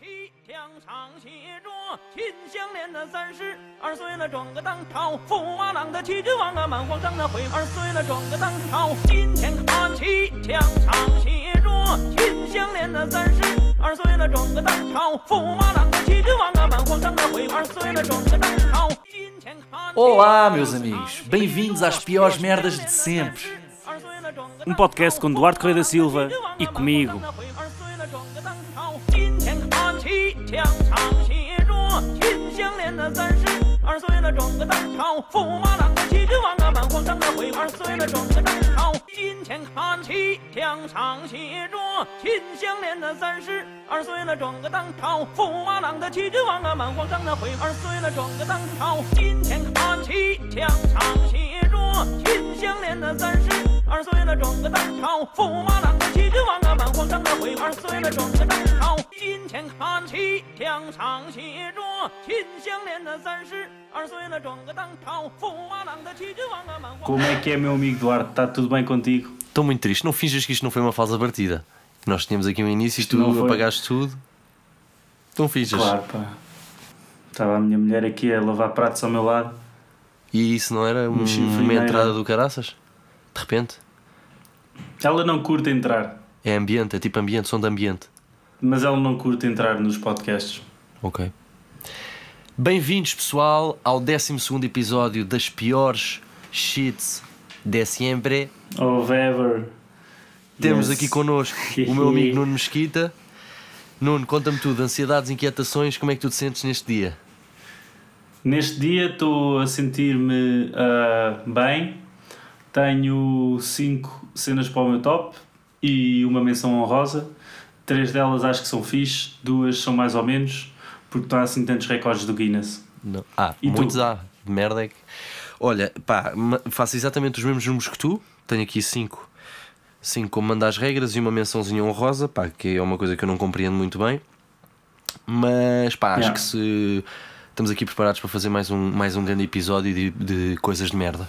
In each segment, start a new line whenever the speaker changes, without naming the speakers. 墙上写着秦香莲的三十二岁了，转个当朝驸马郎的齐君王啊，满皇上的悔二岁了，转个当朝。今天看齐墙上写着秦香莲的三十二岁了，转个当朝驸马郎的齐君王啊，满皇上的悔二岁了，转个当朝。今天看
Olá, meus amigos. Bem-vindos às piores merdas de sempre.
Um podcast com Duarte Correia da Silva e comigo. Como é que é, meu amigo Duarte? Está tudo bem contigo?
Estou muito triste. Não finjas que isto não foi uma falsa partida. Nós tínhamos aqui um início e
Isto
tu
não foi.
apagaste tudo. Não finjas.
Claro, pá. Estava a minha mulher aqui a lavar pratos ao meu lado.
E isso não era um- uma
chifreiro.
entrada do caraças? De repente?
Ela não curte entrar,
É ambiente, é tipo ambiente, som de ambiente.
mas ela não curte entrar nos podcasts.
Ok. Bem-vindos, pessoal, ao 12 episódio das piores shits de sempre.
Of ever.
Temos
Yes.
aqui connosco o meu amigo Nuno Mesquita. Nuno, conta-me tudo, ansiedades, inquietações, como é que tu te sentes neste dia?
Neste dia estou a sentir-me ah, bem. Tenho cinco cenas para o meu top e uma menção honrosa. Três delas acho que são fixe, duas são mais ou menos, porque não há assim tantos recordes do Guinness.
Não. Ah,
E tu?
muitos há. De merda é que. Olha, pá, ma- faço exatamente os mesmos números que tu. Tenho aqui cinco. Cinco como manda as regras e uma mençãozinha honrosa, pá, que é uma coisa que eu não compreendo muito bem. Mas, pá, acho
Yeah.
que se. Estamos aqui preparados para fazer mais um, mais um grande episódio de, de coisas de merda.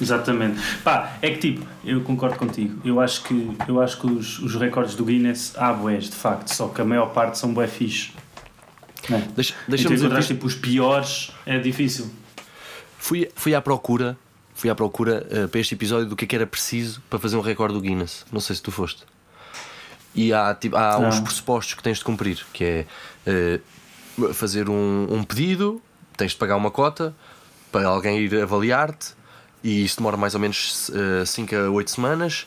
Exatamente. Pá, é que tipo, eu concordo contigo. Eu acho que, eu acho que os, os recordes do Guinness há boés, de facto, só que a maior parte são bué fixe. Não é?
Deixa-
Então
Deixa-me dizer que
encontrar
isto-
tipo os piores é difícil.
fui, fui à procura, fui à procura eh, para este episódio do que é que era preciso para fazer um recorde do Guinness. Não sei se tu foste. E há, tipo, há
Não.
uns pressupostos que tens de cumprir, que é eh, fazer um, um pedido, tens de pagar uma cota para alguém ir avaliar-te e isso demora mais ou menos 5 a 8 semanas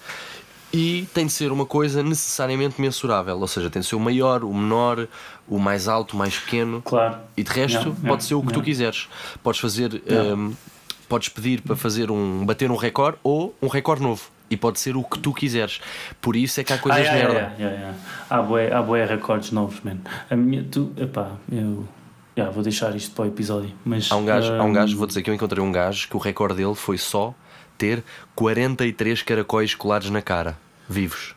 e tem de ser uma coisa necessariamente mensurável, ou seja, tem de ser o maior, o menor, o mais alto, o mais pequeno.
Claro.
E de resto,
Yeah,
pode
yeah,
ser o que tu
yeah.
quiseres. Podes fazer,
Yeah.
hum, podes pedir para fazer um, bater um recorde ou um recorde novo. E pode ser o que tu quiseres. Por isso é que há coisas
Ah,
de
yeah,
merda.
yeah, yeah, yeah. Há, bué, há bué recordes novos, mano. A minha, tu, epá, eu yeah, vou deixar isto para o episódio. Mas,
Há um gajo, há um gajo,
hum,
vou dizer que eu encontrei um gajo que o recorde dele foi só ter 43 caracóis colados na cara, vivos.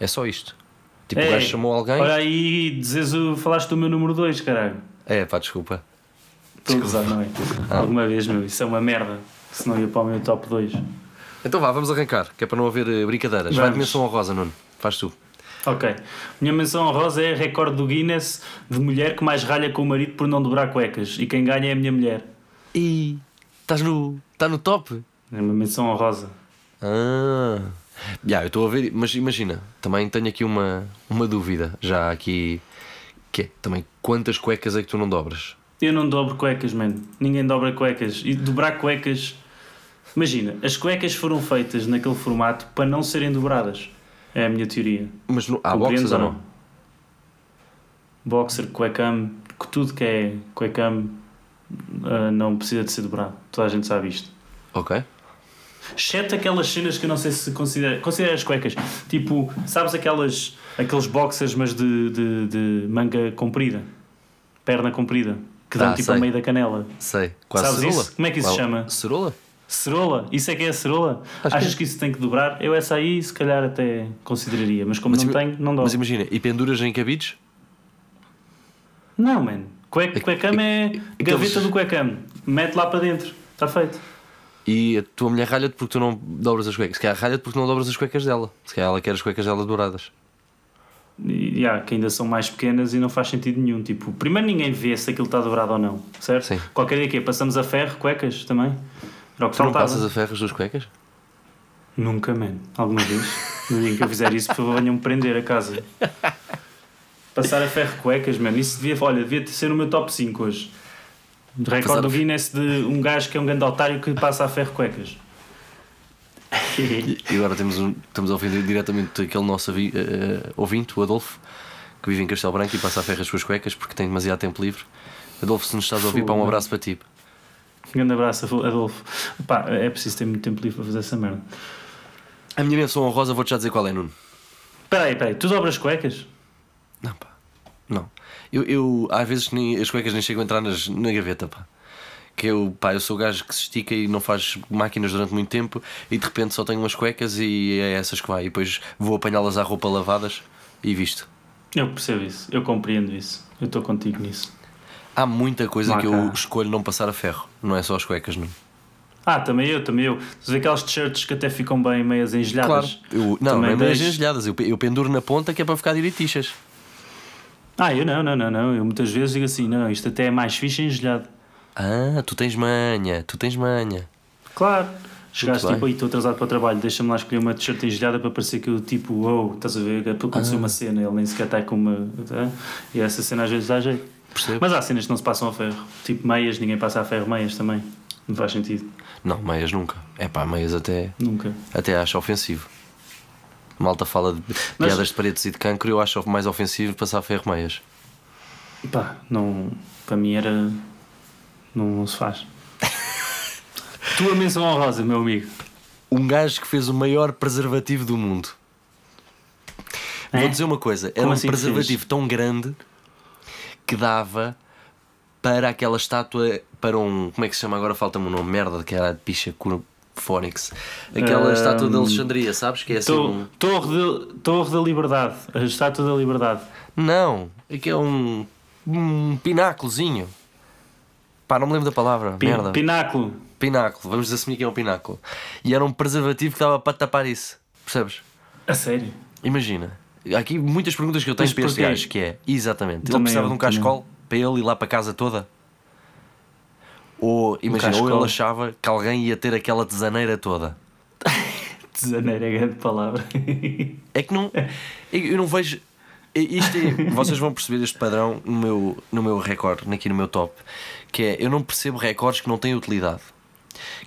É só isto. Tipo,
ei,
o gajo chamou alguém.
Olha aí, dizes, o- falaste do meu número 2, caralho.
É, pá, desculpa.
Estou a gozar, não é? Alguma vez, meu, isso é uma merda. Se não ia para o meu top 2.
Então vá, vamos arrancar, que é para não haver eh, brincadeiras. Vai de
Vamos.
menção honrosa, Nuno. Faz tu.
Ok. Minha menção honrosa é recorde do Guinness de mulher que mais ralha com o marido por não dobrar cuecas. E quem ganha é a minha mulher.
E estás no. Está no top?
É uma menção honrosa.
Ah, já, eu estou a ver, mas imagina, também tenho aqui uma, uma dúvida, já aqui, que é também quantas cuecas é que tu não dobras?
Eu não dobro cuecas, mano. Ninguém dobra cuecas. E dobrar cuecas. Imagina, as cuecas foram feitas naquele formato para não serem dobradas. É a minha teoria.
Mas não, há
Compreendes
boxes ou não?
Boxer, cuecam, que tudo que é cuecam ah, não precisa de ser dobrado. Toda a gente sabe isto.
Ok.
Exceto aquelas cenas que eu não sei se considera, considera as cuecas. Tipo, sabes aquelas, aqueles boxers, mas de, de, de manga comprida, perna comprida, que dão
Ah,
tipo
sei.
a meio da canela.
Sei, quase
Sabes
cerola.
isso? Como é que isso se
Qual-
chama?
Cerola?
Cerola, isso é que é a cerola?
Acho
Achas
que-
que... isso tem que dobrar? Eu essa aí se calhar até consideraria, mas como
Mas
não
ima-
tenho, não dou.
Mas imagina, e penduras em cabides?
Não, mano. Cueca,
É-
cuecam é
é-
gaveta
aqueles-
do cuecam. Mete lá para dentro. Está feito.
E a tua mulher ralha-te porque tu não dobras as cuecas. Se calhar ralha-te porque não dobras as cuecas dela. Se calhar ela quer as cuecas dela douradas.
E yeah, que ainda são mais pequenas e não faz sentido nenhum. Tipo, primeiro ninguém vê se aquilo está dobrado ou não, certo?
Sim.
Qualquer dia que é, passamos a ferro, cuecas também. Era o que
Tu não
faltava.
passas a ferro as duas cuecas?
Nunca, man. Alguma vez. No dia que eu fizer isso, por favor, venham-me prender a casa. Passar a ferro cuecas, mano. Isso devia, olha, devia ter- ser o meu top 5 hoje. De
Passar a
Recorde do
fe-
Guinness de um gajo que é um grande otário que passa a ferro cuecas.
E agora temos um, estamos a ofender diretamente aquele nosso avi- eh, ouvinte, o Adolfo, que vive em Castelo Branco e passa a ferro as suas cuecas porque tem demasiado tempo livre. Adolfo, se nos estás a ouvir,
Fogo,
pá, um
mano.
abraço para ti.
Um grande abraço, Adolfo. Pá, é preciso ter muito tempo livre para fazer essa merda.
A minha menção honrosa, vou-te já dizer qual é, Nuno.
Espera aí, espera aí. Tu dobras cuecas?
Não, pá. Não. Eu, eu, às vezes nem, as cuecas nem chegam a entrar nas, na gaveta, pá. Que eu, pá, eu sou o gajo que se estica e não faz máquinas durante muito tempo e de repente só tenho umas cuecas e é essas que vai. E depois vou apanhá-las à roupa lavadas e visto.
Eu percebo isso. Eu compreendo isso. Eu estou contigo nisso.
Há muita coisa que eu
Maca.
escolho não passar a ferro, não é só as cuecas, não.
Ah, também eu, também eu. Tu vês aquelas t-shirts que até ficam bem meias engelhadas.
Eu, não,
Também
não é meias
deixo.
engelhadas, eu, pe- eu penduro na ponta que é para ficar direitichas.
Ah, eu não, não, não, não. Eu muitas vezes digo assim, não, não, isto até é mais fixe engelhado.
Ah, tu tens manha, tu tens manha.
Claro. Chegaste
bem.
tipo, aí estou atrasado para o trabalho, deixa-me lá escolher uma t-shirt engelhada para parecer que eu, tipo, wow, estás a ver,
Ah.
aconteceu uma cena, ele nem sequer está com uma... tá? E essa cena às vezes dá jeito.
Percebo.
Mas há cenas que não se passam a ferro. Tipo meias, ninguém passa a ferro meias também. Não faz sentido.
Não, meias nunca. É pá, meias até,
Nunca.
até acho ofensivo. A Malta fala de
Mas-
piadas de paredes e de cancro, eu acho mais ofensivo passar ferro meias.
Pá, não... Para mim era... Não, não se faz. Tua menção honrosa, meu amigo.
Um gajo que fez o maior preservativo do mundo.
É?
Vou dizer uma coisa: era
Como
um
assim que
preservativo tão grande que dava para aquela estátua, para um. Como é que se chama agora? Falta-me um nome, merda, que era a de picha cura Fónix. Aquela
Ahm,
estátua de Alexandria, sabes? Que é assim.
Tor-
um-
Torre, de- Torre da Liberdade. A Estátua da Liberdade.
Não, é que é um. Um pináculozinho. Pá, não me lembro da palavra,
Pin-
merda.
Pináculo.
Pináculo, vamos assumir que é um pináculo. E era um preservativo que dava para tapar isso, percebes?
A sério?
Imagina. Há Aqui muitas perguntas que eu tenho
Mas
para este
porquê?
gajo, que é, exatamente, ele
Também
precisava
eu,
de um cascol para ele ir lá para casa toda? Ou, imagina, ou
Um cascol.
ele achava que alguém ia ter aquela tesaneira toda?
Desaneira é grande palavra.
É que não. Eu eu não vejo. Isto é- vocês vão perceber este padrão no meu, no meu recorde, aqui no meu top, que é eu não percebo recordes que não têm utilidade.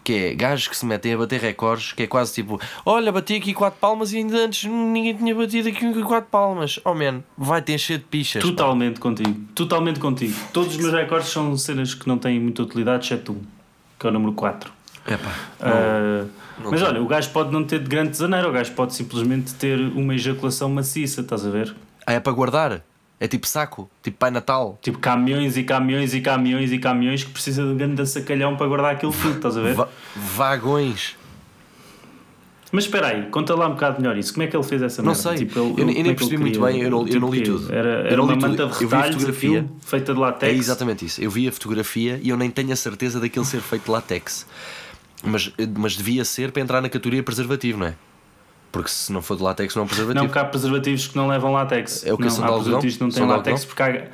Que é gajos que se metem a bater recordes, que é quase tipo: Olha, bati aqui 4 palmas e ainda antes ninguém tinha batido aqui 4 palmas. Oh man, vai-te encher de pichas. pá.
Totalmente contigo. Totalmente contigo. Todos os meus recordes são cenas que não têm muita utilidade, exceto um, que é o número 4.
Epá,
mas
tem.
olha, o gajo pode não ter de grande desaneira, o gajo pode simplesmente ter uma ejaculação maciça, estás a ver?
ah, é para guardar. É tipo saco, tipo Pai Natal.
Tipo caminhões e caminhões e caminhões e caminhões que precisa de um grande sacalhão para guardar aquilo tudo, estás a ver?
Va- vagões.
Mas espera aí, conta lá um bocado melhor isso. Como é que ele fez essa
Não
merda?
sei.
Tipo, ele-
Eu
ele-
nem- eu nem
como é que
percebi
ele
muito
queria?
bem, eu não- eu não li
que
tudo.
Era,
Eu
era
não
uma
li tudo.
manta
Eu
de
vi
retalhos
fotografia.
aquilo, feita de
É
latex.
exatamente isso. Eu vi a fotografia e eu nem tenho a certeza daquilo ser feito de latex. Mas, eh, mas devia ser para entrar na categoria preservativo, não é? Porque se não for de latex, não é um preservativo.
Não, porque há preservativos que não levam látex.
É o quê?
Não,
São
há
de algodão?
preservativos que não têm
São de
látex porque há.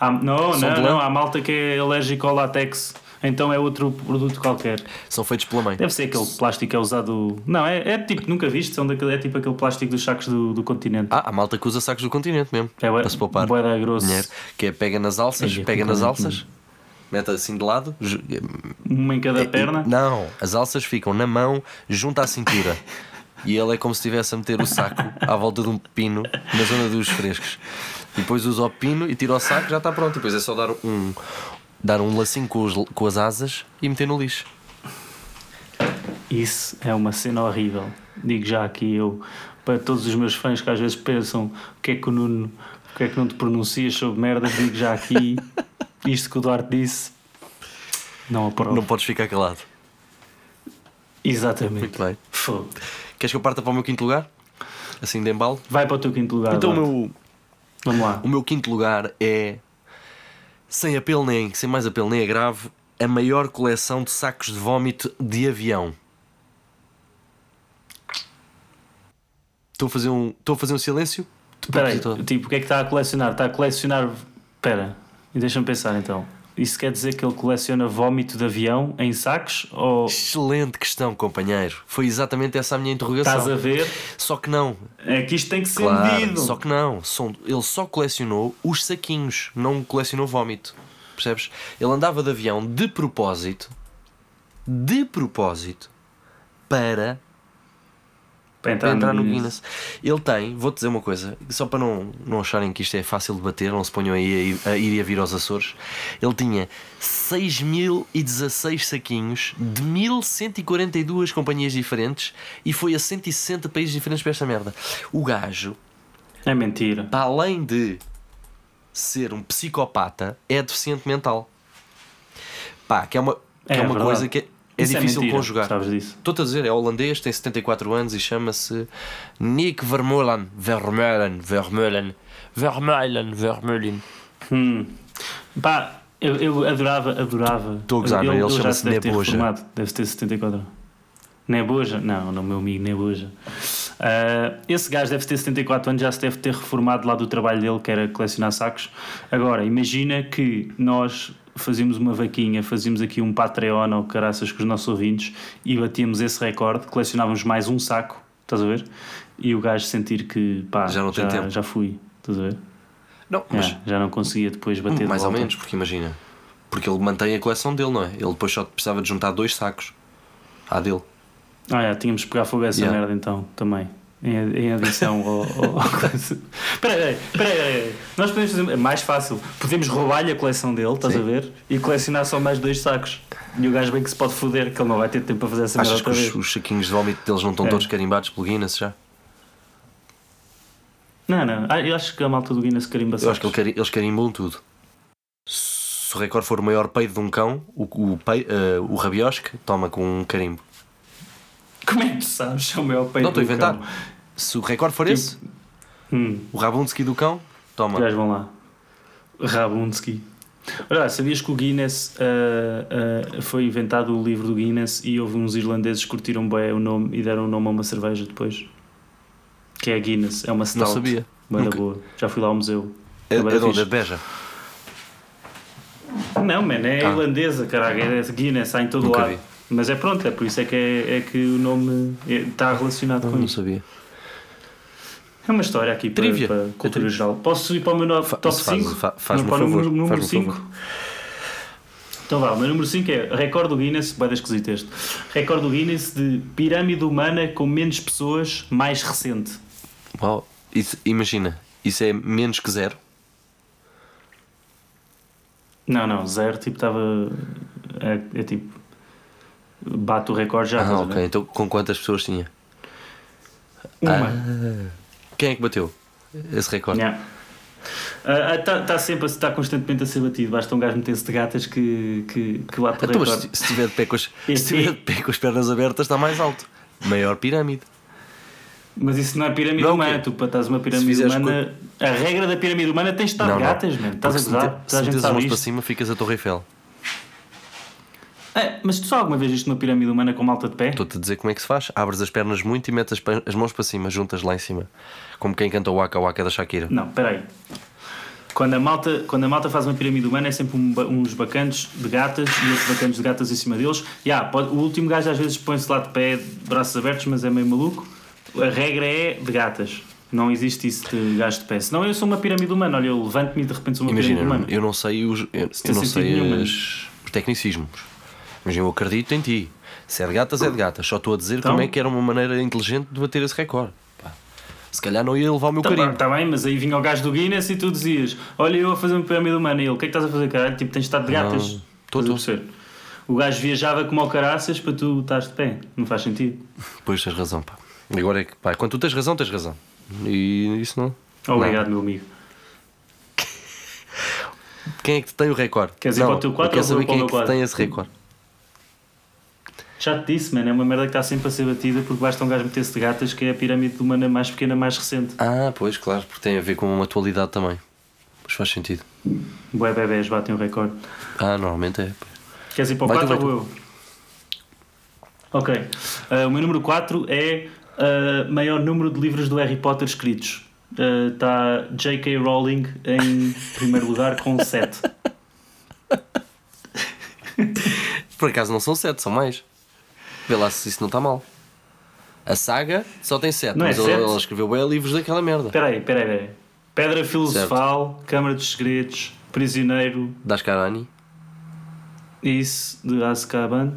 há- não,
São de
não,
lã?
não. Há malta que é alérgico ao látex. Então é outro produto qualquer.
São feitos pela mãe.
Deve ser aquele plástico que é usado. Não, é, é tipo, nunca viste, são daquele, é tipo aquele plástico dos sacos do, do continente.
Ah, há malta que usa sacos do continente mesmo.
É bué-
para se poupar.
bué da grosso.
Dinheiro. Que é pega nas alças,
Ei, é
pega nas
completamente
alças, mete assim de lado. ju-
Uma em cada
é-
perna.
Não, as alças ficam na mão, junto à cintura. E ele é como se estivesse a meter o saco à volta de um pino na zona dos frescos. E depois usa o pino e tira o saco, já está pronto. E depois é só dar um, dar um lacinho com, os- com as asas e meter no lixo.
Isso é uma cena horrível. Digo já aqui eu, para todos os meus fãs que às vezes pensam o que é que o Nuno, o que é que não te pronuncias sobre merdas, digo já aqui isto que o Duarte disse, não aprovo.
Não podes ficar calado.
Exatamente.
Muito bem.
Fogo.
Queres que eu parta para o meu quinto lugar? Assim de embalo?
Vai para o teu quinto lugar.
Então o
Duarte.
meu,
Vamos lá.
o meu quinto lugar é. Sem apelo nem, sem mais apelo nem é grave, a maior coleção de sacos de vómito de avião. Estou a fazer um, estou a fazer um silêncio?
Espera aí,
compositor.
tipo, o que é que está a colecionar? Está a colecionar. Espera, e deixa-me pensar então. Isso quer dizer que ele coleciona vómito de avião em sacos? Ou
Excelente questão, companheiro. Foi exatamente essa a minha interrogação.
estás a ver?
Só que não.
É que isto tem que ser
Claro,
medido.
só que não. São- ele só colecionou os saquinhos, não colecionou vómito. Percebes? Ele andava de avião de propósito, de propósito, para
Para
para entrar no
Guinness.
Guinness. Ele tem, vou-te dizer uma coisa, só para não, não acharem que isto é fácil de bater, não se ponham aí a ir- a, ir e a vir aos Açores. Ele tinha 6.016 saquinhos de 1.142 companhias diferentes e foi a 160 países diferentes para esta merda. O gajo,
É mentira.
para além de ser um psicopata, é deficiente mental. Pá, que é uma, que é
É
uma
verdade.
coisa que é, é
Isso
difícil
mentira,
conjugar.
Sabes disso?
Estou-te a dizer, é holandês, tem 74 anos e chama-se Nick Vermeulen. Vermeulen, Vermeulen, Vermeulen, Vermeulen.
Hum. Pá, eu, eu adorava, adorava.
Tô a gozar,
Ele-
não é? Ele
ele já
chama-se
se deve ter
Neboja.
reformado, Deve ter 74. Neboja? Não, não, meu amigo, Neboja. Ah, esse gajo deve ter 74 anos, já se deve ter reformado lá do trabalho dele, que era colecionar sacos. Agora, imagina que nós fazíamos uma vaquinha, fazíamos aqui um Patreon ou caraças com os nossos ouvintes e batíamos esse recorde, colecionávamos mais um saco, estás a ver? E o gajo sentir que, pá,
Já não tem tempo.
já fui, estás a ver?
Não,
É,
mas
já não conseguia depois bater de
mais ou
volta.
menos, porque imagina. Porque ele mantém a coleção dele, não é? Ele depois só precisava de juntar dois sacos à dele.
Ah, é, tínhamos de pegar fogo a essa
Yeah.
merda então, também. Em, em adição ao. ao- ao coisa. Espera aí, espera aí, espera aí. Nós podemos fazer. É mais fácil. Podemos roubar-lhe a coleção dele, estás a ver? E colecionar só mais dois sacos. E o gajo bem que se pode foder, que ele não vai ter tempo para fazer essa merda
Achas que
outra
os,
vez.
os saquinhos de vómito deles não estão
É.
todos carimbados pelo Guinness já?
Não, não. Ah, Eu acho que a malta do Guinness carimba
Eu acho que é
sacos.
ele cari- eles carimbam tudo. Se o recorde for o maior peido de um cão, o, o, pei- eh, o rabiosque toma com um carimbo.
Como é que tu sabes? É o meu peito.
Não estou a
do
inventar.
cão.
Se o recorde for
Tipo-
esse,
Hum,
o rabunski do cão, toma.
os gajos vão lá. Rabunski. Olha, lá, sabias que o Guinness ah, ah, foi inventado o livro do Guinness e houve uns irlandeses que curtiram bem o nome e deram o nome a uma cerveja depois? Que é a Guinness, é uma stout.
Não sabia.
Bué da
Nunca.
boa. Já fui lá ao museu.
É,
Bué da
é de onde?
fixe.
É de Beja?
Não, mano, é
Ah.
irlandesa, caralho, é Guinness, há em todo o
Nunca
lado.
vi.
Mas é pronto, é por isso é que, é, é que o nome é- está relacionado
Hum.
com isso.
sabia.
É uma história aqui para,
Trivia.
para
É trivia.
cultura geral. Posso ir para o meu no-
Fa-
top
isso faz-
5?
fa- faz-me um
para o
favor,
número- número
faz-me
5? Então vá, o meu número 5 é recorde do Guinness, vai esquisito este. Recorde do Guinness de pirâmide humana com menos pessoas, mais recente.
Uau. Isso- imagina, isso é menos que zero.
Não, não, zero, tipo, estava. É, é tipo. Bate o recorde já. né?
Ah,
estás a ver?
ok. Então com quantas pessoas tinha? Ah,
Uma.
Quem é que bateu esse recorde?
Está Ah, tá, sempre, está constantemente a ser batido. Basta um gajo meter-se de gatas que, que, que bate o
Então, mas
recorde.
se se tiver de pé com as,
E-
se tiver de pé com as pernas abertas, está mais alto. Maior pirâmide.
Mas isso não é pirâmide
Não, o
humana,
quê?
tu para estás uma pirâmide
fizeres
humana. A regra da pirâmide humana tens de estar de Tá, gatas, mano. Estás a
Porque se
gozar?
meter-
Toda a
Se
gente
meteres as mãos
sabe
para
isto.
cima, ficas a Torre Eiffel.
É, mas tu só alguma vez viste uma pirâmide humana com malta de pé?
Estou-te a dizer como é que se faz. Abres as pernas muito e metes as, pan- as mãos para cima, juntas lá em cima. Como quem canta o Waka Waka da Shakira.
Não, peraí. Quando a, malta, quando a malta faz uma pirâmide humana é sempre um ba- uns bacantes de gatas e outros bacantes de gatas em cima deles. E, ah, pode- o último gajo às vezes põe-se lá de pé, de braços abertos, mas é meio maluco. A regra é de gatas. Não existe isso de gajo de pé. Senão eu sou uma pirâmide humana. Olha, eu levanto-me e de repente sou uma
Imagina,
pirâmide humana.
eu não sei os, eu,
tem
eu não sei
sentido nenhum,
as- os tecnicismos. Mas eu acredito em ti. Se é de gatas, é de gatas. Só estou a dizer
Então?
como é que era uma maneira inteligente de bater esse recorde. Pá. Se calhar não ia levar o meu
Tá bem,
carimbo.
tá bem, mas aí vinha o gajo do Guinness e tu dizias: Olha, eu a fazer uma pirâmide humana. E ele: O que é que estás a fazer, caralho? Tipo, tens de estar de gatas.
Não, tô,
Estás a perceber? O gajo viajava como ao caraças para tu estás de pé. Não faz sentido.
Pois tens razão, pá. Agora é que, pá, quando tu tens razão, tens razão. E isso não.
Obrigado, meu amigo.
Quem é que tem o recorde?
Queres ir
não,
para o teu quadro
eu quero
ou vou para o
saber quem é
meu
que
quadro?
tem esse recorde.
Já te disse, mano, é uma merda que está sempre a ser batida porque basta um gajo meter-se de gatas, que é a pirâmide humana mais pequena, mais recente.
Ah, pois, claro, porque tem a ver com uma atualidade também. Pois faz sentido.
Boé bebés batem o recorde.
Ah, normalmente é.
Queres ir para o
Vai tu,
4 ou
vai
vou eu? Ok. Eh, Ah, o meu número 4 é ah, maior número de livros do Harry Potter escritos. Está J.K. Rowling em primeiro lugar com 7.
Por acaso não são 7, são mais. Vê lá se isso não está mal. A saga só tem 7,
Não é
mas ela,
sete? Tá.
ela escreveu bem livros daquela merda.
Espera aí, espera aí, espera aí. Pedra Filosofal, Câmara dos Segredos, Prisioneiro,
Das Carani.
isso, de Azkaban,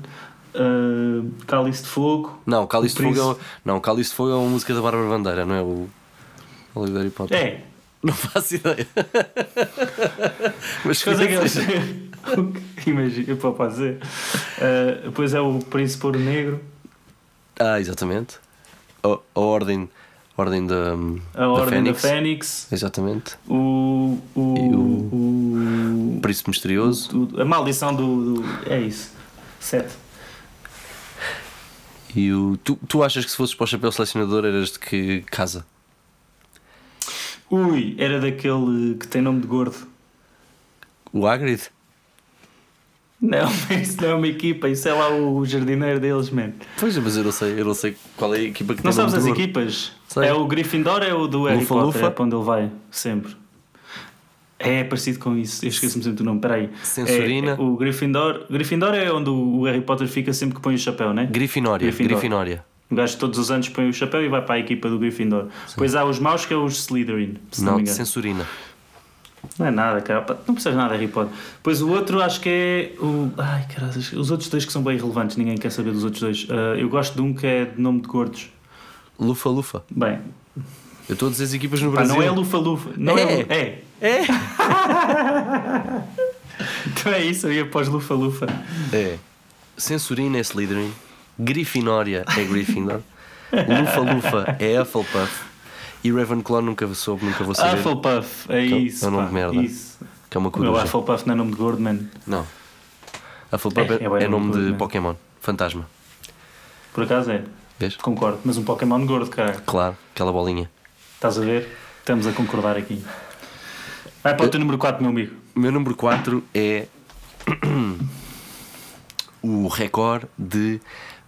uh, Cálice de Fogo.
Não, Cálice de
O
Fogo é, uma- não, Cálice de Fogo é uma música da Bárbara Bandeira, não é o. o livro de Harry Potter.
É,
Não faço ideia. mas
coisa que
que
eles. Imagina, eu posso dizer. Uh, depois é o Príncipe Ouro Negro,
Ah, exatamente. A, a ordem, a ordem da,
a
da
Ordem
Fênix.
da Fênix,
Exatamente.
o. o,
E
o,
Príncipe Misterioso.
o- a Maldição do, do- É isso, 7.
E o. Tu, tu achas que se fosses para o chapéu selecionador eras de que casa?
Ui, era daquele que tem nome de gordo.
O Hagrid?
Não, isso não é uma equipa, isso é lá o jardineiro deles, mano.
Pois, mas eu não sei, eu não sei qual é a equipa que
Não
tem nome
sabes as
de gordo.
equipas?
Sei.
É o Gryffindor é o do Harry
Lufa,
Potter,
Lufa?
é para onde ele vai, sempre. É parecido com isso, eu esqueci-me sempre do nome, peraí.
Censurina.
É, o Gryffindor, Gryffindor é onde o o Harry Potter fica sempre que põe o chapéu, né?
Grifinória.
Gryffindor.
Grifinória.
O Um gajo todos os anos põe o chapéu e vai para a equipa do Gryffindor. Pois há os maus que é os Slytherin, se não,
Não,
me engano.
censurina.
Não é nada, cara. Pá, Não precisas nada de Harry Potter. Pois o outro acho que é o. Ai, caralho, os outros dois que são bem irrelevantes, ninguém quer saber dos outros dois. Ah, eu gosto de um que é de nome de gordos.
Lufa, lufa.
Bem,
Eu estou a dizer as equipas no
pá,
Brasil.
não é lufa-lufa. Não é.
É.
lu- é.
É.
Então é isso, eu ia para os lufa-lufa.
É. Censurina é Slytherin. Grifinória é Gryffindor. Lufa-Lufa é Hufflepuff. E Ravenclaw nunca soube, nunca vou saber.
Hufflepuff, é
Que é um
isso.
nome
pá,
de merda.
Isso.
Que é uma
Meu,
coruja.
Hufflepuff não é nome de gordo, mano.
Não. Hufflepuff
É,
é,
é bué
é nome
nome,
de
né?
Pokémon. Fantasma.
Por acaso é.
Vês?
Concordo, mas um Pokémon gordo, cara.
Claro, aquela bolinha.
Estás a ver? Estamos a concordar aqui. Vai para o teu número 4, meu amigo.
O meu número 4 é o recorde de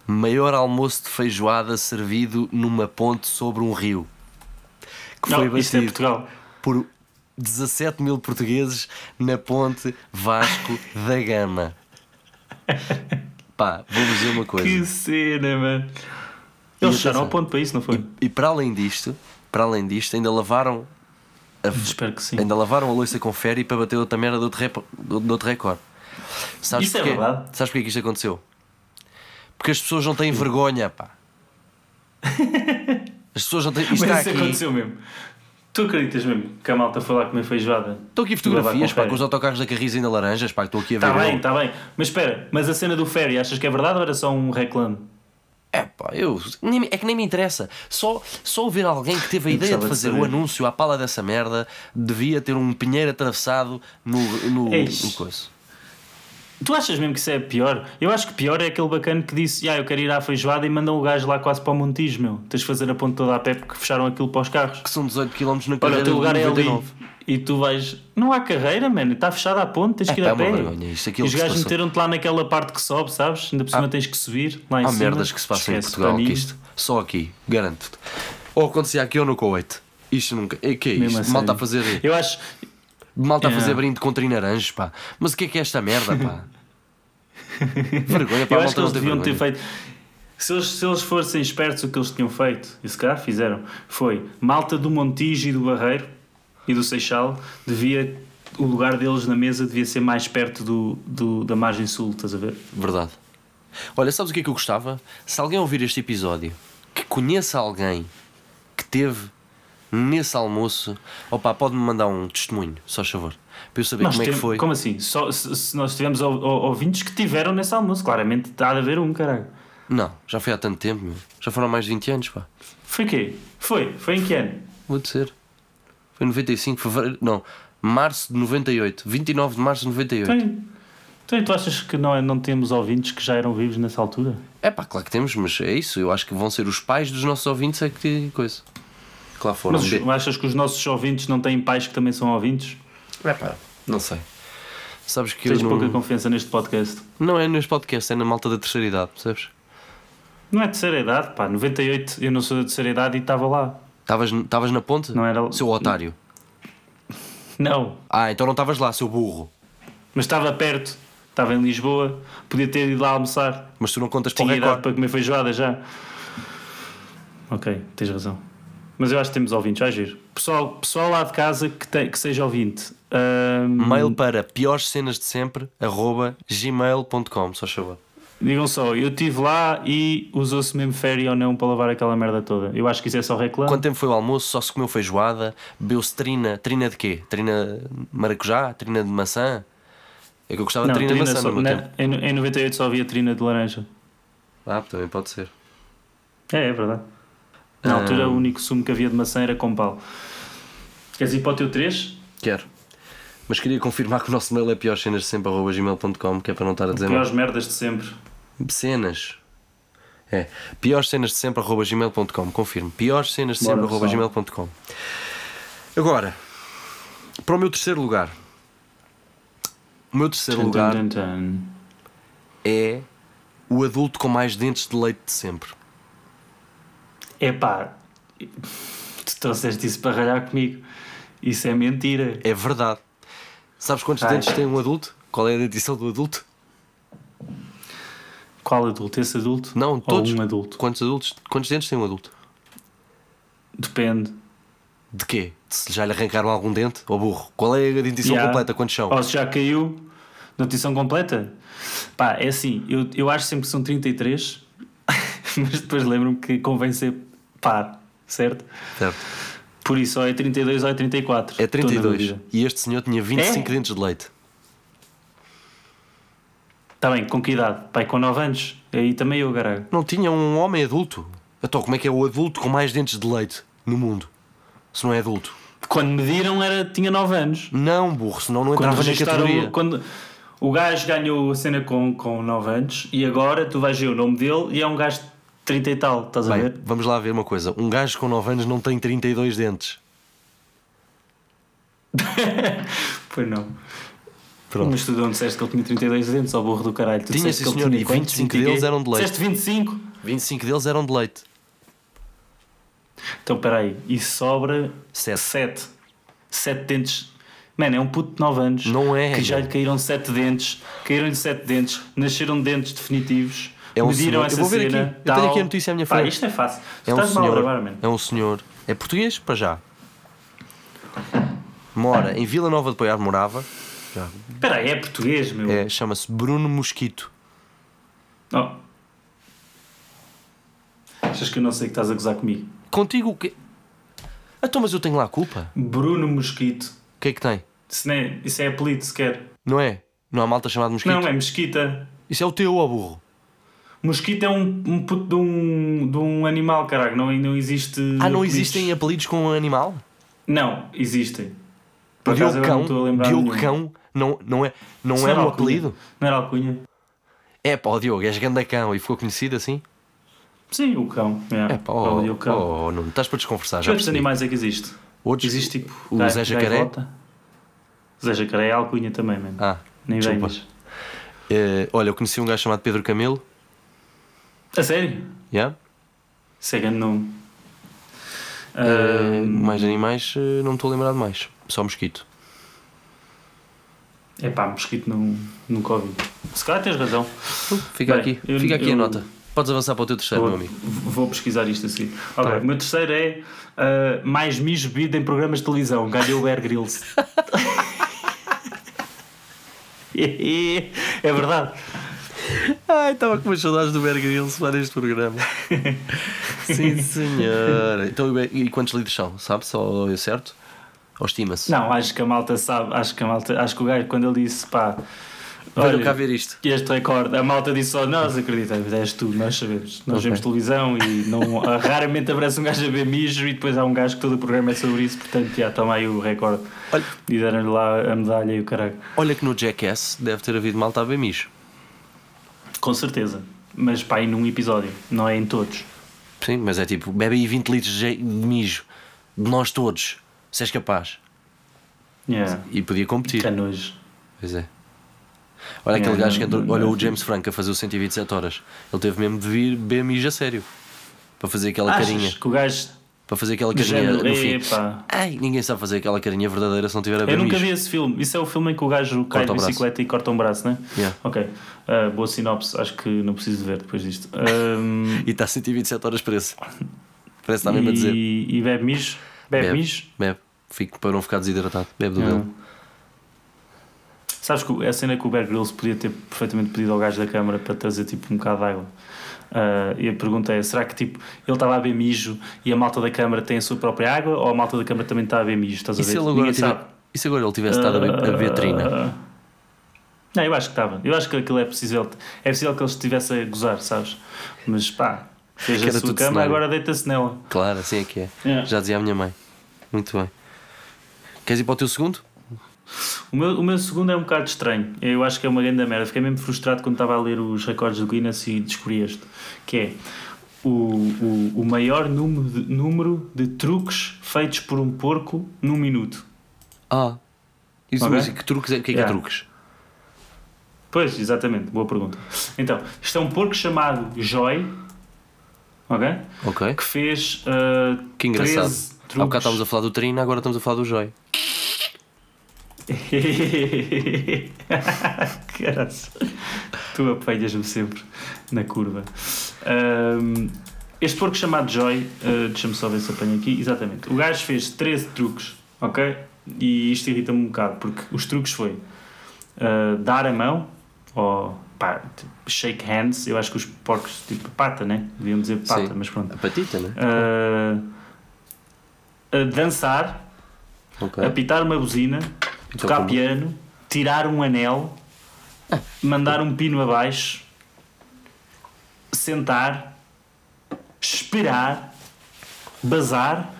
maior almoço de feijoada servido numa ponte sobre um rio. Que foi
Não, isto é
batido.
Portugal.
por 17 mil portugueses na ponte Vasco da Gama. Pá, vou-vos dizer uma coisa.
Que cena, mano. Eles chegaram
é. atenção.
ao ponto para isso, não foi?
E para além disto, para além disto, ainda lavaram,
Espero que sim.
ainda lavaram a louça com ferro e para bater outra merda de outro, rep- de outro recorde. Sabes
Isso é
porquê?
verdade.
Sabes porquê que isto aconteceu? Porque as pessoas não têm vergonha, pá. As pessoas não têm. Isto
Mas
está
é isso
aqui.
aconteceu mesmo. Tu acreditas mesmo que a malta foi lá comer feijoada?
Estou aqui
Lavar
fotografias,
com
pá,
ferro.
com os autocarros da Carris ainda laranjas, pá, que estou aqui a ver. um-
Está Tá bem,
eu.
está bem. Mas espera, mas a cena do ferry, achas que é verdade ou era só um reclame?
É pá, eu. nem- é que nem me interessa. Só, só ouvir alguém que teve a ideia de
gostava de
fazer o
saber.
anúncio à pala dessa merda devia ter um pinheiro atravessado no, no,
Eish.
no coiso.
Tu achas mesmo que isso é pior? Eu acho que pior é aquele bacana que disse: Ah, eu quero ir à feijoada e mandam o gajo lá quase para o Montijo, meu. Tens de fazer a ponte toda a pé porque fecharam aquilo para os carros.
Que são 18 km
Olha,
na
o
carreira
teu lugar
de
é ali.
99.
E tu vais. Não há carreira, mano. Está fechada a ponte, tens que ir a
pá, é uma
pé.
vergonha isto,
e
aquilo
os
que se
gajos
passou. Ah.
meteram-te lá naquela parte que sobe, sabes? Ainda por cima tens que subir lá em
Há
cima.
merdas que se passam em
Esquece,
Portugal
para
que
mim,
isto. Só aqui, garanto-te. Ou acontecia aqui ou no Kuwait. Isto nunca. É que é
mesmo a
isto?
sério.
Malta a fazer.
Eu É. acho.
Malta a
Yeah.
fazer brinde com trinaranjos, pá. Mas o que é que é esta merda, pá? Vergonha, pá,
Eu
a
acho que
malta não
eles
tem
deviam ter
vergonha.
feito. Se eles, se eles fossem espertos, o que eles tinham feito, e se calhar fizeram, foi malta do Montijo e do Barreiro e do Seixal, devia. O lugar deles na mesa devia ser mais perto do, do- da margem sul, estás a ver?
Verdade. Olha, sabes o que é que eu gostava? Se alguém ouvir este episódio que conheça alguém que teve nesse almoço, opá, pode-me mandar um testemunho, só por favor, para eu saber
Nós
como é que
temos-
foi.
Como assim? Só, se, se nós tivemos ou- ou- ouvintes que tiveram nesse almoço, claramente há de haver um, caralho.
Não, já foi há tanto tempo, meu. já foram mais de 20 anos, pá.
Foi quê? Foi? Foi em que ano?
Vou dizer. Foi em 95, fevereiro, não, março de 98, 29 de março de 98.
Então, então tu achas que não, é- não temos ouvintes que já eram vivos nessa altura?
É pá, claro que temos, mas é isso, eu acho que vão ser os pais dos nossos ouvintes é que coisa. Que lá foram.
Mas os- achas que os nossos ouvintes não têm pais que também são ouvintes?
É pá, não sei. Sabes que
Tens
eu não...
pouca confiança neste podcast.
Não é nos podcasts, é na malta da terceira idade, percebes?
Não é terceira idade, pá, 98, eu não sou da terceira idade e estava lá.
Estavas estavas na ponte?
Não era-
Seu otário.
Não,
Ah, então não estavas lá, seu burro.
mas estava perto, estava em Lisboa, podia ter ido lá almoçar,
Mas tu não contas para o
tinha idade
recorde.
para comer feijoada já. Ok, tens razão. Mas eu acho que temos ouvintes, vai giro. Pessoal, pessoal lá de casa que, tem, que seja ouvinte. ahm,
Mail para piorescenasdesempre, arroba gmail.com, só favor.
Digam só, eu estive lá e usou-se mesmo féria ou não para lavar aquela merda toda. Eu acho que isso é só reclamo.
Quanto tempo foi o almoço? Só se comeu feijoada, bebeu-se trina. Trina de quê? Trina de maracujá? Trina de maçã? É que eu gostava
Não,
de trina,
trina
de maçã
só-
no meu
na-
tempo.
em, em 98 só havia trina de laranja.
Ah, também pode ser.
É, é verdade. Na
Ah.
altura o único sumo que havia de maçã era com pau. Queres ir para o teu 3?
Quero. Mas queria confirmar que o nosso mail é piorescenasdesempre.com, que é para não estar a dizer
Piores merdas de sempre.
nada. Cenas. É. piorescenasdesempre.com, confirmo.
Bora, pessoal.
piorescenasdesempre.com. Agora, para o meu terceiro lugar. O meu terceiro
Tum,
lugar
tum, tum.
é o adulto com mais dentes de leite de sempre.
Epá, tu trouxeste isso para ralhar comigo. Isso é mentira.
É verdade. Sabes quantos
Ai.
dentes tem um adulto? Qual é a dentição do adulto?
Qual adulto? Esse adulto?
Não,
Ou
todos.
um adulto?
Quantos adultos? Quantos dentes tem um adulto?
Depende.
De quê? De Se já lhe arrancaram algum dente? Ou burro? Qual é a dentição
Yeah.
completa? Quantos são?
Ou se já caiu, notição completa? Pá, é assim, eu, eu acho sempre que são 33, mas depois lembro-me que convém ser par, certo?
Certo.
Por isso, ou é 32 ou é 34.
É
Estou na
32.
dúvida.
E este senhor tinha 25
É?
dentes de leite.
Está Tá bem, com que idade? Pai, com 9 anos. Aí também eu, caralho.
Não tinha um homem adulto. Então, como é que é o adulto com mais dentes de leite no mundo? Se não é adulto.
Quando mediram, era, tinha 9 anos.
Não, burro, senão não
Quando um
entrava na
registaram.
categoria.
Quando... O gajo ganhou a cena com, com 9 anos e agora tu vais ver o nome dele e é um gajo de 30 e tal, estás a
Bem,
ver?
vamos lá ver uma coisa. Um gajo com 9 anos não tem 32 dentes.
Pois não.
Pronto.
Mas tu não disseste que ele tinha 32 dentes, ao burro do caralho. Tu
Tinha,
disseste
sim,
que ele
senhor,
tinha
e
quantos?
25
20 e quê?
deles eram de leite.
Disseste 25?
25 deles eram de leite.
Então, peraí, e sobra
Sete.
7. 7 dentes. Mano, é um puto de 9 anos.
Não é,
Que já lhe
mano.
caíram 7 dentes, caíram-lhe 7 dentes, nasceram dentes definitivos.
É um
mediram
senhor.
essa
Eu vou ver
cena,
aqui. Eu tenho
tal.
aqui a notícia à minha
Pá,
frente.
isto é fácil. Tu
É um
estás mal a
senhor.
gravar, mano.
É um senhor. É português para já. Mora em Vila Nova de Poiar, morava. Já.
Peraí, é português, meu.
É, Chama-se Bruno Mosquito.
Oh. Achas que eu não sei que estás a gozar comigo?
Contigo o quê? Então, mas eu tenho lá a culpa.
Bruno Mosquito.
O que é que tem?
Isso, não é, isso é apelido sequer.
Não é? Não há malta chamada Mosquito?
Não, é Mesquita.
Isso é o teu, ó burro.
Mosquito é um, um puto de um, de um animal, caralho. Não, não existe.
Ah, não
apelidos.
existem apelidos com um animal?
Não, existem.
O Diogo
agora estou a
Cão,
lembrar
Diogo
nenhum.
Cão não, não é, não
Isso
é
era
um
alcunha.
apelido?
Não era alcunha?
É pá, o Diogo, és gandacão e ficou conhecido assim?
Sim, o cão. É,
É pá,
É o
oh,
Diogo Cão.
oh, não estás para desconversar
que
já.
outros
percebi.
animais é que existe?
Outros-
Existe tipo.
o
gai-
Zé Jacaré?
gaivota. Zé Jacaré é alcunha também, mano.
Ah,
Nem
desculpa.
venhas.
Eh, olha, eu conheci um gajo chamado Pedro Camelo.
A sério?
Yeah?
Isso é grande nome.
Eh, mais animais, eh, não me estou a lembrar de mais. Só mosquito.
É pá, mosquito não, nunca ouvi. Se calhar tens razão.
Fica
Bem,
aqui,
eu-
fica aqui a
eu-
nota. Podes avançar para o teu terceiro,
Vou,
meu amigo. Tá
vou pesquisar isto a seguir. Ok,
bem.
o meu terceiro é ah, mais mijo bebido em programas de televisão. Ganhou o Bear Grylls. é verdade.
Ai, estava com umas saudades do Bear Grylls para este programa. Sim, senhora. Então, e bem, e quantos litros são? Sabe? Só eu certo? Ou estima-se?
Não, acho que a malta sabe. Acho que a malta. Acho que o gajo, quando ele disse pá.
Venham
olha,
cá ver isto.
Este recorde, a malta disse só nós acreditamos, és tu, nós sabemos. Nós
Ok.
vemos televisão e não, raramente aparece um gajo a ver mijo e depois há um gajo que todo o programa é sobre isso, portanto, já toma aí o recorde.
Olha.
E deram-lhe lá a medalha e o caralho.
Olha que no Jackass deve ter havido malta a bem mijo.
Com certeza. Mas pá, em num episódio, não é em todos.
Sim, mas é tipo, bebe aí 20 litros de ja- de mijo. De nós todos. Se és capaz.
Yeah.
E podia competir.
Que É. nojo.
Pois é. Olha aquele
É,
gajo
não-
que entrou,
não-
olha
não-
o James Franco a fazer o 127 horas. Ele teve mesmo de vir beber mijo a sério. Para fazer aquela
Achas
carinha.
que o gajo
para fazer aquela
De
carinha
género,
Um é, no fim.
"Epá."
Ai, ninguém sabe fazer aquela carinha verdadeira se não tiver a
é- Eu
ver
nunca
nisto.
vi esse filme. Isso é o filme em que o gajo cai
Corta o
de
braço.
bicicleta e corta um braço, né?
Yeah.
Ok. Ah, boa sinopse. Acho que não preciso ver depois disto. Ahm,
E está 127 horas preso. Parece que está mesmo a tá dizer.
e, e bebe mijo. Bebe, mijo.
Bebe. Fico para não ficar desidratado. Bebe do
Ah.
dele.
Sabes que a cena é que o Bear Grylls podia ter perfeitamente pedido ao gajo da câmara para trazer tipo um bocado de água. Ah, e a pergunta é: será que tipo ele estava a beber mijo e a malta da câmara tem a sua própria água ou a malta da câmara também está a beber mijo? Estás a
E se
ver?
ele agora,
Ninguém
tiver-
sabe.
e se agora ele tivesse estado a be- a ver trina?
Ah, Não, eu acho que estava. Eu acho que aquilo é possível. É possível que ele estivesse a gozar, sabes? Mas pá, fez
Que
a
era
sua
tudo
cama,
cenário.
agora deita-se nela.
Claro, assim é que é.
É.
Já dizia a minha mãe. Muito bem. Queres ir para o teu segundo?
O meu, o meu segundo é um bocado estranho. Eu acho que é uma grande merda. Fiquei mesmo frustrado quando estava a ler os recordes do Guinness e descobri este. Que é o, o, o maior número de, número de truques feitos por um porco num minuto.
Ah. Isso,
Ok.
mas que truques é? O que é que é
Yeah.
truques?
Pois, exatamente. Boa pergunta. Então, isto é um porco chamado Joy. Ok?
Ok.
que fez ah,
Que engraçado.
13
Há bocado
truques.
estávamos a falar do Trina, agora estamos a falar do Joy.
Caras, tu apanhas-me sempre na curva. Ahm, este porco chamado Joy, ah, deixa-me só ver se apanho aqui, exatamente. O gajo fez 13 truques, ok? E isto irrita-me um bocado, porque os truques foi ah, dar a mão, ou pá, tipo, shake hands, eu acho que os porcos, tipo pata, né? Deviam dizer pata,
Sim.
mas pronto.
A patita, não é?
Ah, a dançar,
Ok. Então
apitar uma buzina, tocar
como? Ah.
piano, tirar um anel, mandar um pino abaixo, sentar, esperar, bazar,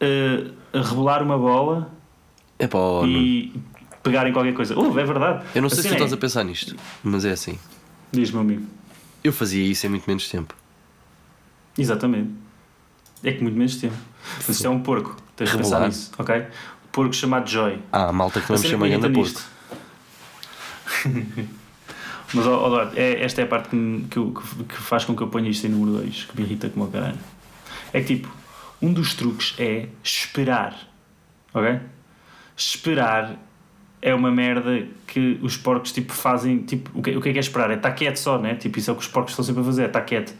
eh, rebolar uma bola
É para o Nuno.
e pegar em qualquer coisa. Uh, é verdade.
Eu não sei se
Assim
tu estás
é.
a pensar nisto, mas é assim.
Diz, meu amigo.
Eu fazia isso em muito menos tempo.
Exatamente. É que muito menos tempo. Mas isto é um porco. Tens de pensar
Rebolar.
nisso, ok? Porco chamado Joy.
Ah, a malta que não me
Você
chama
acredita
ainda
nisto?
Porto.
Mas, ó, ó, Duarte, é, esta é a parte que, me- que, eu- que- que faz com que eu ponha isto em número 2, que me irrita como o caralho. É que, tipo, um dos truques é esperar. Ok? Esperar é uma merda que os porcos, tipo, fazem. Tipo, o que, o que é que é esperar? É estar quieto só, né? Tipo, isso é o que os porcos estão sempre a fazer, é estar quieto.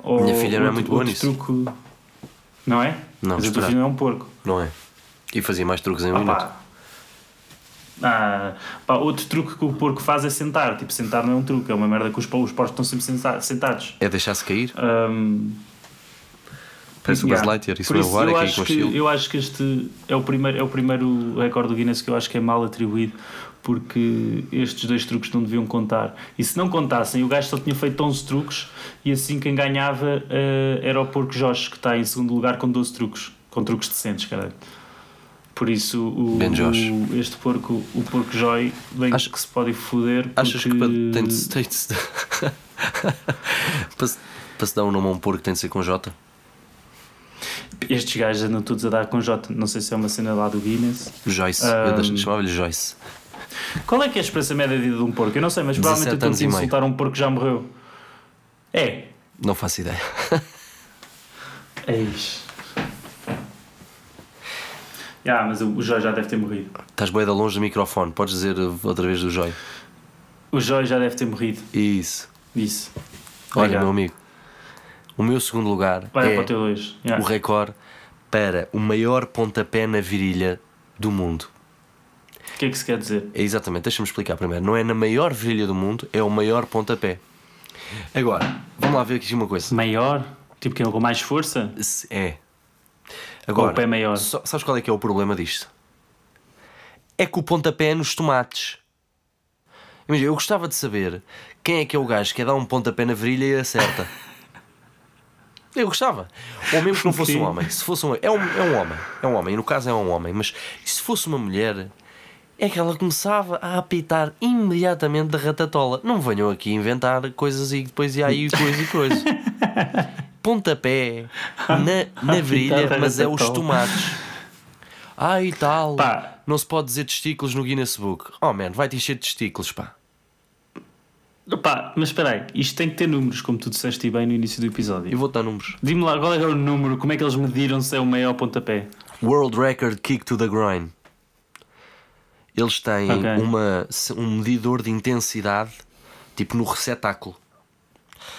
Ou
Minha filha não é
outro-
muito boa
outro
nisso.
Truque... Não é?
Não,
Mas o teu
esperar.
filho não é um porco.
Não é? E fazia mais truques em um
Ah,
minuto.
pá. Ah, pá, outro truque que o porco faz é sentar. Tipo, sentar não é um truque, é uma merda que os, po- os porcos estão sempre sensa- sentados.
É deixar-se cair?
Ahm,
Parece o Buzz
yeah.
Lightyear. Isso
Por
não é o ar, é
eu
cair
acho
com o
que,
shield.
eu acho que este é o primeiro, é o primeiro recorde do Guinness que eu acho que é mal atribuído porque estes dois truques não deviam contar. E se não contassem, o gajo só tinha feito 11 truques e assim quem ganhava eh, era o Porco Jorge, que está em segundo lugar com 12 truques, com truques decentes, caralho. Por isso, o,
Ben Josh.
o- este porco, o porco Joy, bem
Acho-
que se pode foder.
Achas que para,
Ah, porque-
tem de, se- tem de se- para, se, para se dar um nome a um porco tem de ser com J?
Estes gajos andam todos a dar com J. Não sei se é uma cena lá do Guinness.
Joyce.
Ah,
Eu chamava-lhe Joyce.
Qual é que é a esperança média de vida de um porco? Eu não sei, mas provavelmente
17
quando
anos
te
e meio.
insultar um porco que já morreu. É.
Não faço ideia.
Eis. Ah, mas o o Joy já deve ter morrido.
Estás bem da longe do microfone. Podes dizer uh, outra vez do Joy.
O Joy já deve ter morrido.
Isso.
Isso.
Olha,
Obrigado.
meu amigo. O meu segundo lugar
Vai
é
para o teu 2.
o recorde para o maior pontapé na virilha do mundo.
O que é que se quer dizer?
É exatamente, deixa-me explicar primeiro. Não é na maior virilha do mundo, é o maior pontapé. Agora, vamos lá ver aqui uma coisa.
Maior? Tipo, quem com mais força?
Se é.
Ou
Agora,
o pé maior?
só- sabes qual é que é o problema disto? É que o pontapé é nos tomates. Imagina, eu gostava de saber quem é que é o gajo que é dar um pontapé na virilha e acerta. Eu gostava. Ou mesmo que não fosse
Sim.
um homem. Se fosse um, é, um, é um homem. É um homem. E no caso é um homem. Mas se fosse uma mulher, é que ela começava a apitar imediatamente da ratatola. Não venham aqui inventar coisas e depois e aí coisa e coisa. Pontapé na, na virilha,
da
mas é os
ratatola.
tomates. Ai tal.
Pá.
Não se pode dizer testículos no Guinness Book. Oh man, vai-te encher de testículos, pá.
Opa, mas espera aí, isto tem que ter números, como tu disseste bem no início do
E
episódio.
vou-te dar números.
Dime lá, qual era o número? Como é que eles mediram se é o maior pontapé?
World Record Kick to the Groin. Eles têm
Ok.
uma, um medidor de intensidade, tipo no receptáculo.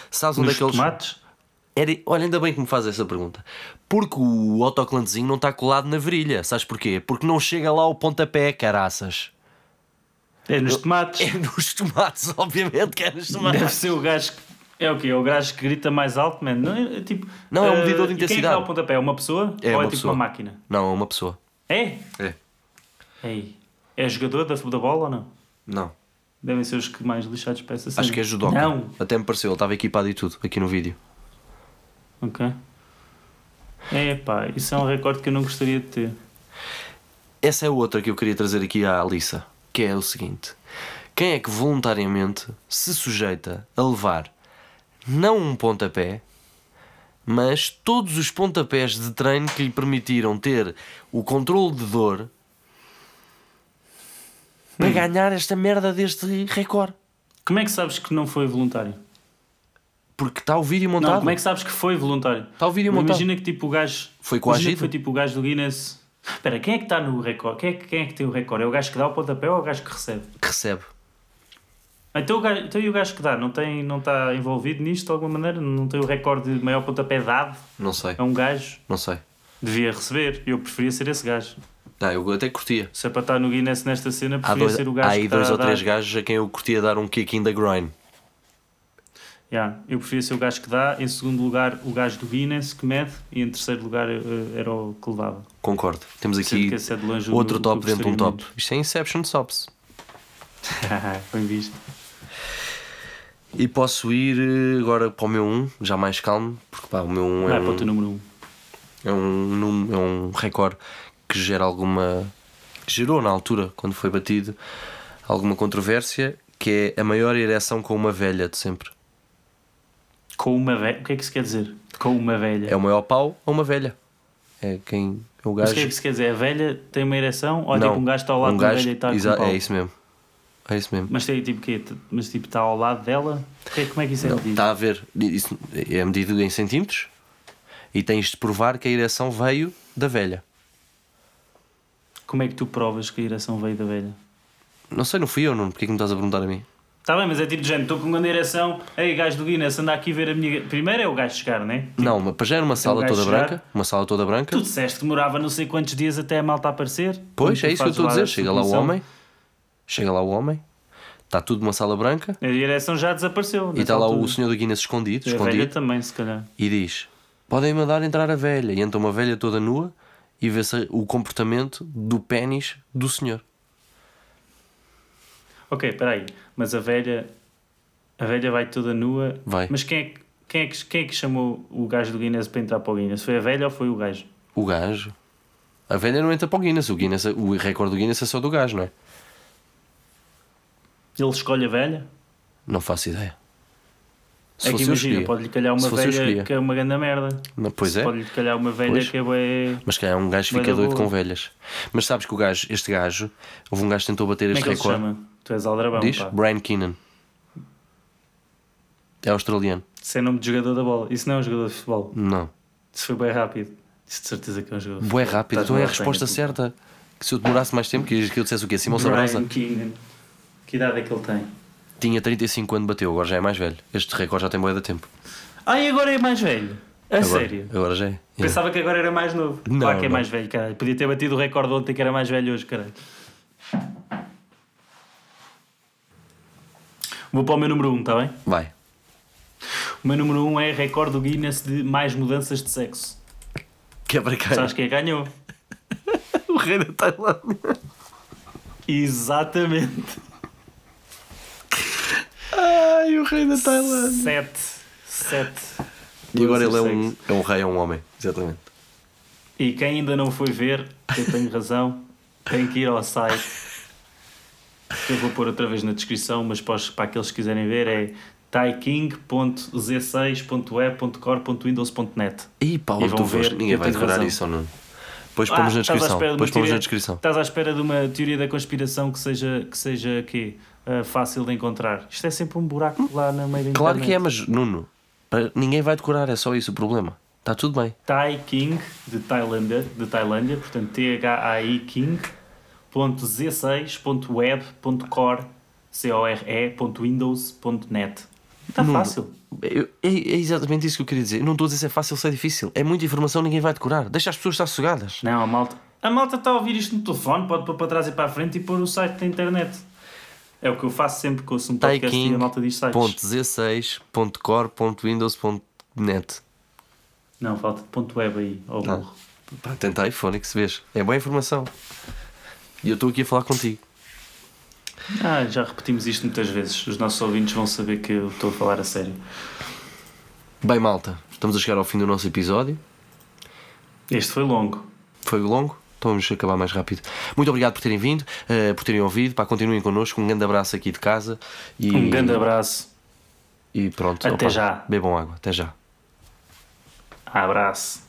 Sabes onde
Nos
é que eles.
tomates?
Era- Olha, ainda bem que me fazes essa pergunta. Porque o autocolantezinho não está colado na virilha. Sabes porquê? Porque não chega lá ao pontapé, caraças.
É nos tomates.
É nos tomates, obviamente, que é nos
Deve
tomates.
ser o gajo que. É o quê? É o gajo que grita mais alto, man? Não é, é tipo.
Não, é um
eh,
medidor de
e Quem é que
intensidade.
dá o pontapé? É uma pessoa?
É
Ou
uma
é tipo
pessoa.
uma máquina?
Não, é uma pessoa.
É?
É.
Ei. É jogador da, da bola ou não?
Não.
Devem ser os que mais lixados para essa cena.
Acho que é judoca.
Não.
Até me pareceu, ele estava equipado e tudo, aqui no vídeo.
Ok. É pá, isso é um recorde que eu não gostaria de ter.
Essa é outra que eu queria trazer aqui à Alissa, que é o seguinte: quem é que voluntariamente se sujeita a levar não um pontapé, mas todos os pontapés de treino que lhe permitiram ter o controle de dor
Hum.
para ganhar esta merda deste recorde?
Como é que sabes que não foi voluntário?
Porque está o vídeo montado.
Não, como é que sabes que foi voluntário?
Está Tá o vídeo
Mas
montado.
Imagina que tipo o gajo.
Foi
imagina
coagido?
que Foi tipo o gajo do Guinness. Espera, quem é que está no recorde? Quem é, que, quem é que tem o recorde? É o gajo que dá o pontapé ou é o gajo que recebe?
que recebe.
Então, o gajo, então e o gajo que dá? Não, tem, não está envolvido nisto de alguma maneira? Não tem o recorde de maior pontapé dado?
Não sei,
É um gajo?
não sei.
Devia receber. Eu preferia ser esse gajo.
Ah, eu até curtia.
Se é para estar no Guinness nesta cena,
Há,
preferia
dois,
ser o
há
gajo
aí
que está
dois
a
ou três
dar.
gajos a quem eu curtia dar um kick in the grind.
Yeah, eu preferia ser o gajo que dá, em segundo lugar o gajo do Guinness que mede e em terceiro lugar eh, era o que levava.
Concordo. Temos
Sendo
aqui
que esse é de longe o-
outro
o que
top
eu
dentro de um
gostaria
top. Isto é Inception Tops.
muito. Bem visto.
E posso ir eh, agora para o meu 1, já mais calmo, porque pá, o meu 1 é,
Vai para o teu
um,
número 1. Um.
é, um, num- é um recorde que gera alguma. gerou na altura, quando foi batido, alguma controvérsia, que é a maior ereção com uma velha de sempre.
Com uma velha. O que é que isso quer dizer? Com uma velha.
É o maior pau a uma velha. É quem. É o
Mas
gajo.
o que é que isso quer dizer? A velha tem uma ereção ou é
Não,
tipo um gajo está ao lado
um
da
gajo-
velha e está
exa-
com um pau?
É isso mesmo. É isso mesmo.
Mas tem tipo quê? T- Mas tipo está ao lado dela? O que é- Como é que isso é
Não, tá.
medido?
está a ver, isso é medido em centímetros e tens de provar que a ereção veio da velha.
Como é que tu provas que a ereção veio da velha?
Não sei, não fui eu, Nuno, porque é que me estás a perguntar a mim?
Está bem, mas é tipo de gente, estou com grande ereção, ei gajo do Guinness, anda aqui ver a minha. Primeiro é o gajo chegar, né?
não, mas para já era uma sala
gajo
toda
chegar-
branca, uma sala toda branca.
Tu disseste que demorava não sei quantos dias até a malta aparecer. Quando
Pois,
tu
é isso que eu
fazes
estou a dizer,
a
chega lá o
suposição,
homem, chega lá o homem, está tudo numa sala branca
A direção já desapareceu. é
e está lá o senhor do Guinness
A
escondido,
velha tá-
escondido,
também, se calhar.
e diz: Podem mandar entrar a velha. E entra uma velha toda nua e vê-se o comportamento do pênis do senhor.
Ok, peraí. Mas a velha. A velha vai toda nua.
Vai.
Mas quem é que. Quem é, que, quem é que chamou o gajo do Guinness para entrar para o Guinness? Foi a velha ou foi o gajo?
O gajo. A velha não entra para o Guinness. O, Guinness, o recorde do Guinness é só do gajo, não é?
Ele escolhe a velha?
Não faço ideia. Se
é que
fosse eu
imagina,
escolhia.
pode-lhe calhar uma
Se fosse eu
velha
escolhia.
que é uma grande merda.
Não, Pois é.
Pode-lhe calhar uma velha
Pois.
que é bué-
Mas calhar um gajo
Mas
fica
é
doido
boa.
com velhas. Mas sabes que o gajo, este gajo, houve um gajo que tentou bater
Como é
este
que ele se
recorde.
chama? Tu és aldrabão,
Diz?
pá.
Brian Keenan. É australiano.
Isso é nome de jogador da bola. Isso não é um jogador de futebol.
Não.
Isso foi bem rápido. Isso de certeza que é um jogador de
Bué
futebol.
rápido.
Estás
Então é a
bem,
resposta
tenho a
certa. Que se eu demorasse mais tempo, que que eu dissesse o quê? Simão
Brian
Sabrosa.
Keenan. Que idade é que ele tem?
Tinha 35 quando bateu, agora já é mais velho. Este recorde já tem boia de tempo.
Ah, e agora é mais velho? A
Agora-
sério?
Agora já é. Yeah.
Pensava que agora era mais novo.
Não,
claro que é
não.
mais velho, caralho. Podia ter batido o recorde ontem que era mais velho hoje, caralho. Vou para o meu número 1, um, está bem?
Vai.
O meu número 1 um é recorde do Guinness de mais mudanças de sexo.
Quebra cara.
Sabes quem é que ganhou?
O rei da Tailândia.
Exatamente.
Ai, o rei da Tailândia.
7. 7.
E agora ele é um, é um rei, é um homem. Exatamente.
E quem ainda não foi ver, eu tenho razão, tem que ir ao site. que Eu vou pôr outra vez na descrição, mas para, os- para aqueles que quiserem ver é taiking.z6.web.core.windows.net.
Ih, pá,
E
onde
vão
tu vês,
ver,
ninguém
eu
vai
tenho
decorar
razão.
isso ou não. Depois
Ah,
pomos na
estás à
descrição.
espera de uma
Depois pomos
teoria-
na descrição.
Estás à espera de uma teoria da conspiração que seja que seja quê? eh, fácil de encontrar. Isto é sempre um buraco lá na meio da
Claro
internet.
que é, mas Nuno, para- ninguém vai decorar, é só isso o problema. Está tudo bem.
Thai King de Tailândia, de Tailândia portanto T-H-A-I King ponto Z6 ponto web ponto core C-O-R-E ponto Windows ponto net está
Nuno.
fácil
Eu- é, é exatamente isso que eu queria dizer. Eu não estou a dizer se é fácil ou se é difícil. É muita informação, ninguém vai decorar. Deixa as pessoas estar sossegadas.
não, a malta a malta está a ouvir isto no telefone pode pôr para trás e para a frente e pôr o site da internet é o que eu faço sempre que ouço um podcast e a malta diz sites
Taiking.z6.core.windows.net
não, falta de ponto web aí ao
Não.
burro
Pá, tenta iPhone que se vês. É boa informação. E eu estou aqui a falar contigo.
ah, já repetimos isto muitas vezes os nossos ouvintes vão saber que eu estou a falar a sério
Bem, malta, estamos a chegar ao fim do nosso episódio.
este foi longo
Foi longo, então vamos acabar mais rápido. Muito obrigado por terem vindo, eh, por terem ouvido. Pá, continuem connosco. Um grande abraço aqui de casa. E,
um grande abraço
E pronto.
Até já.
Bebam água. Até já.
abraço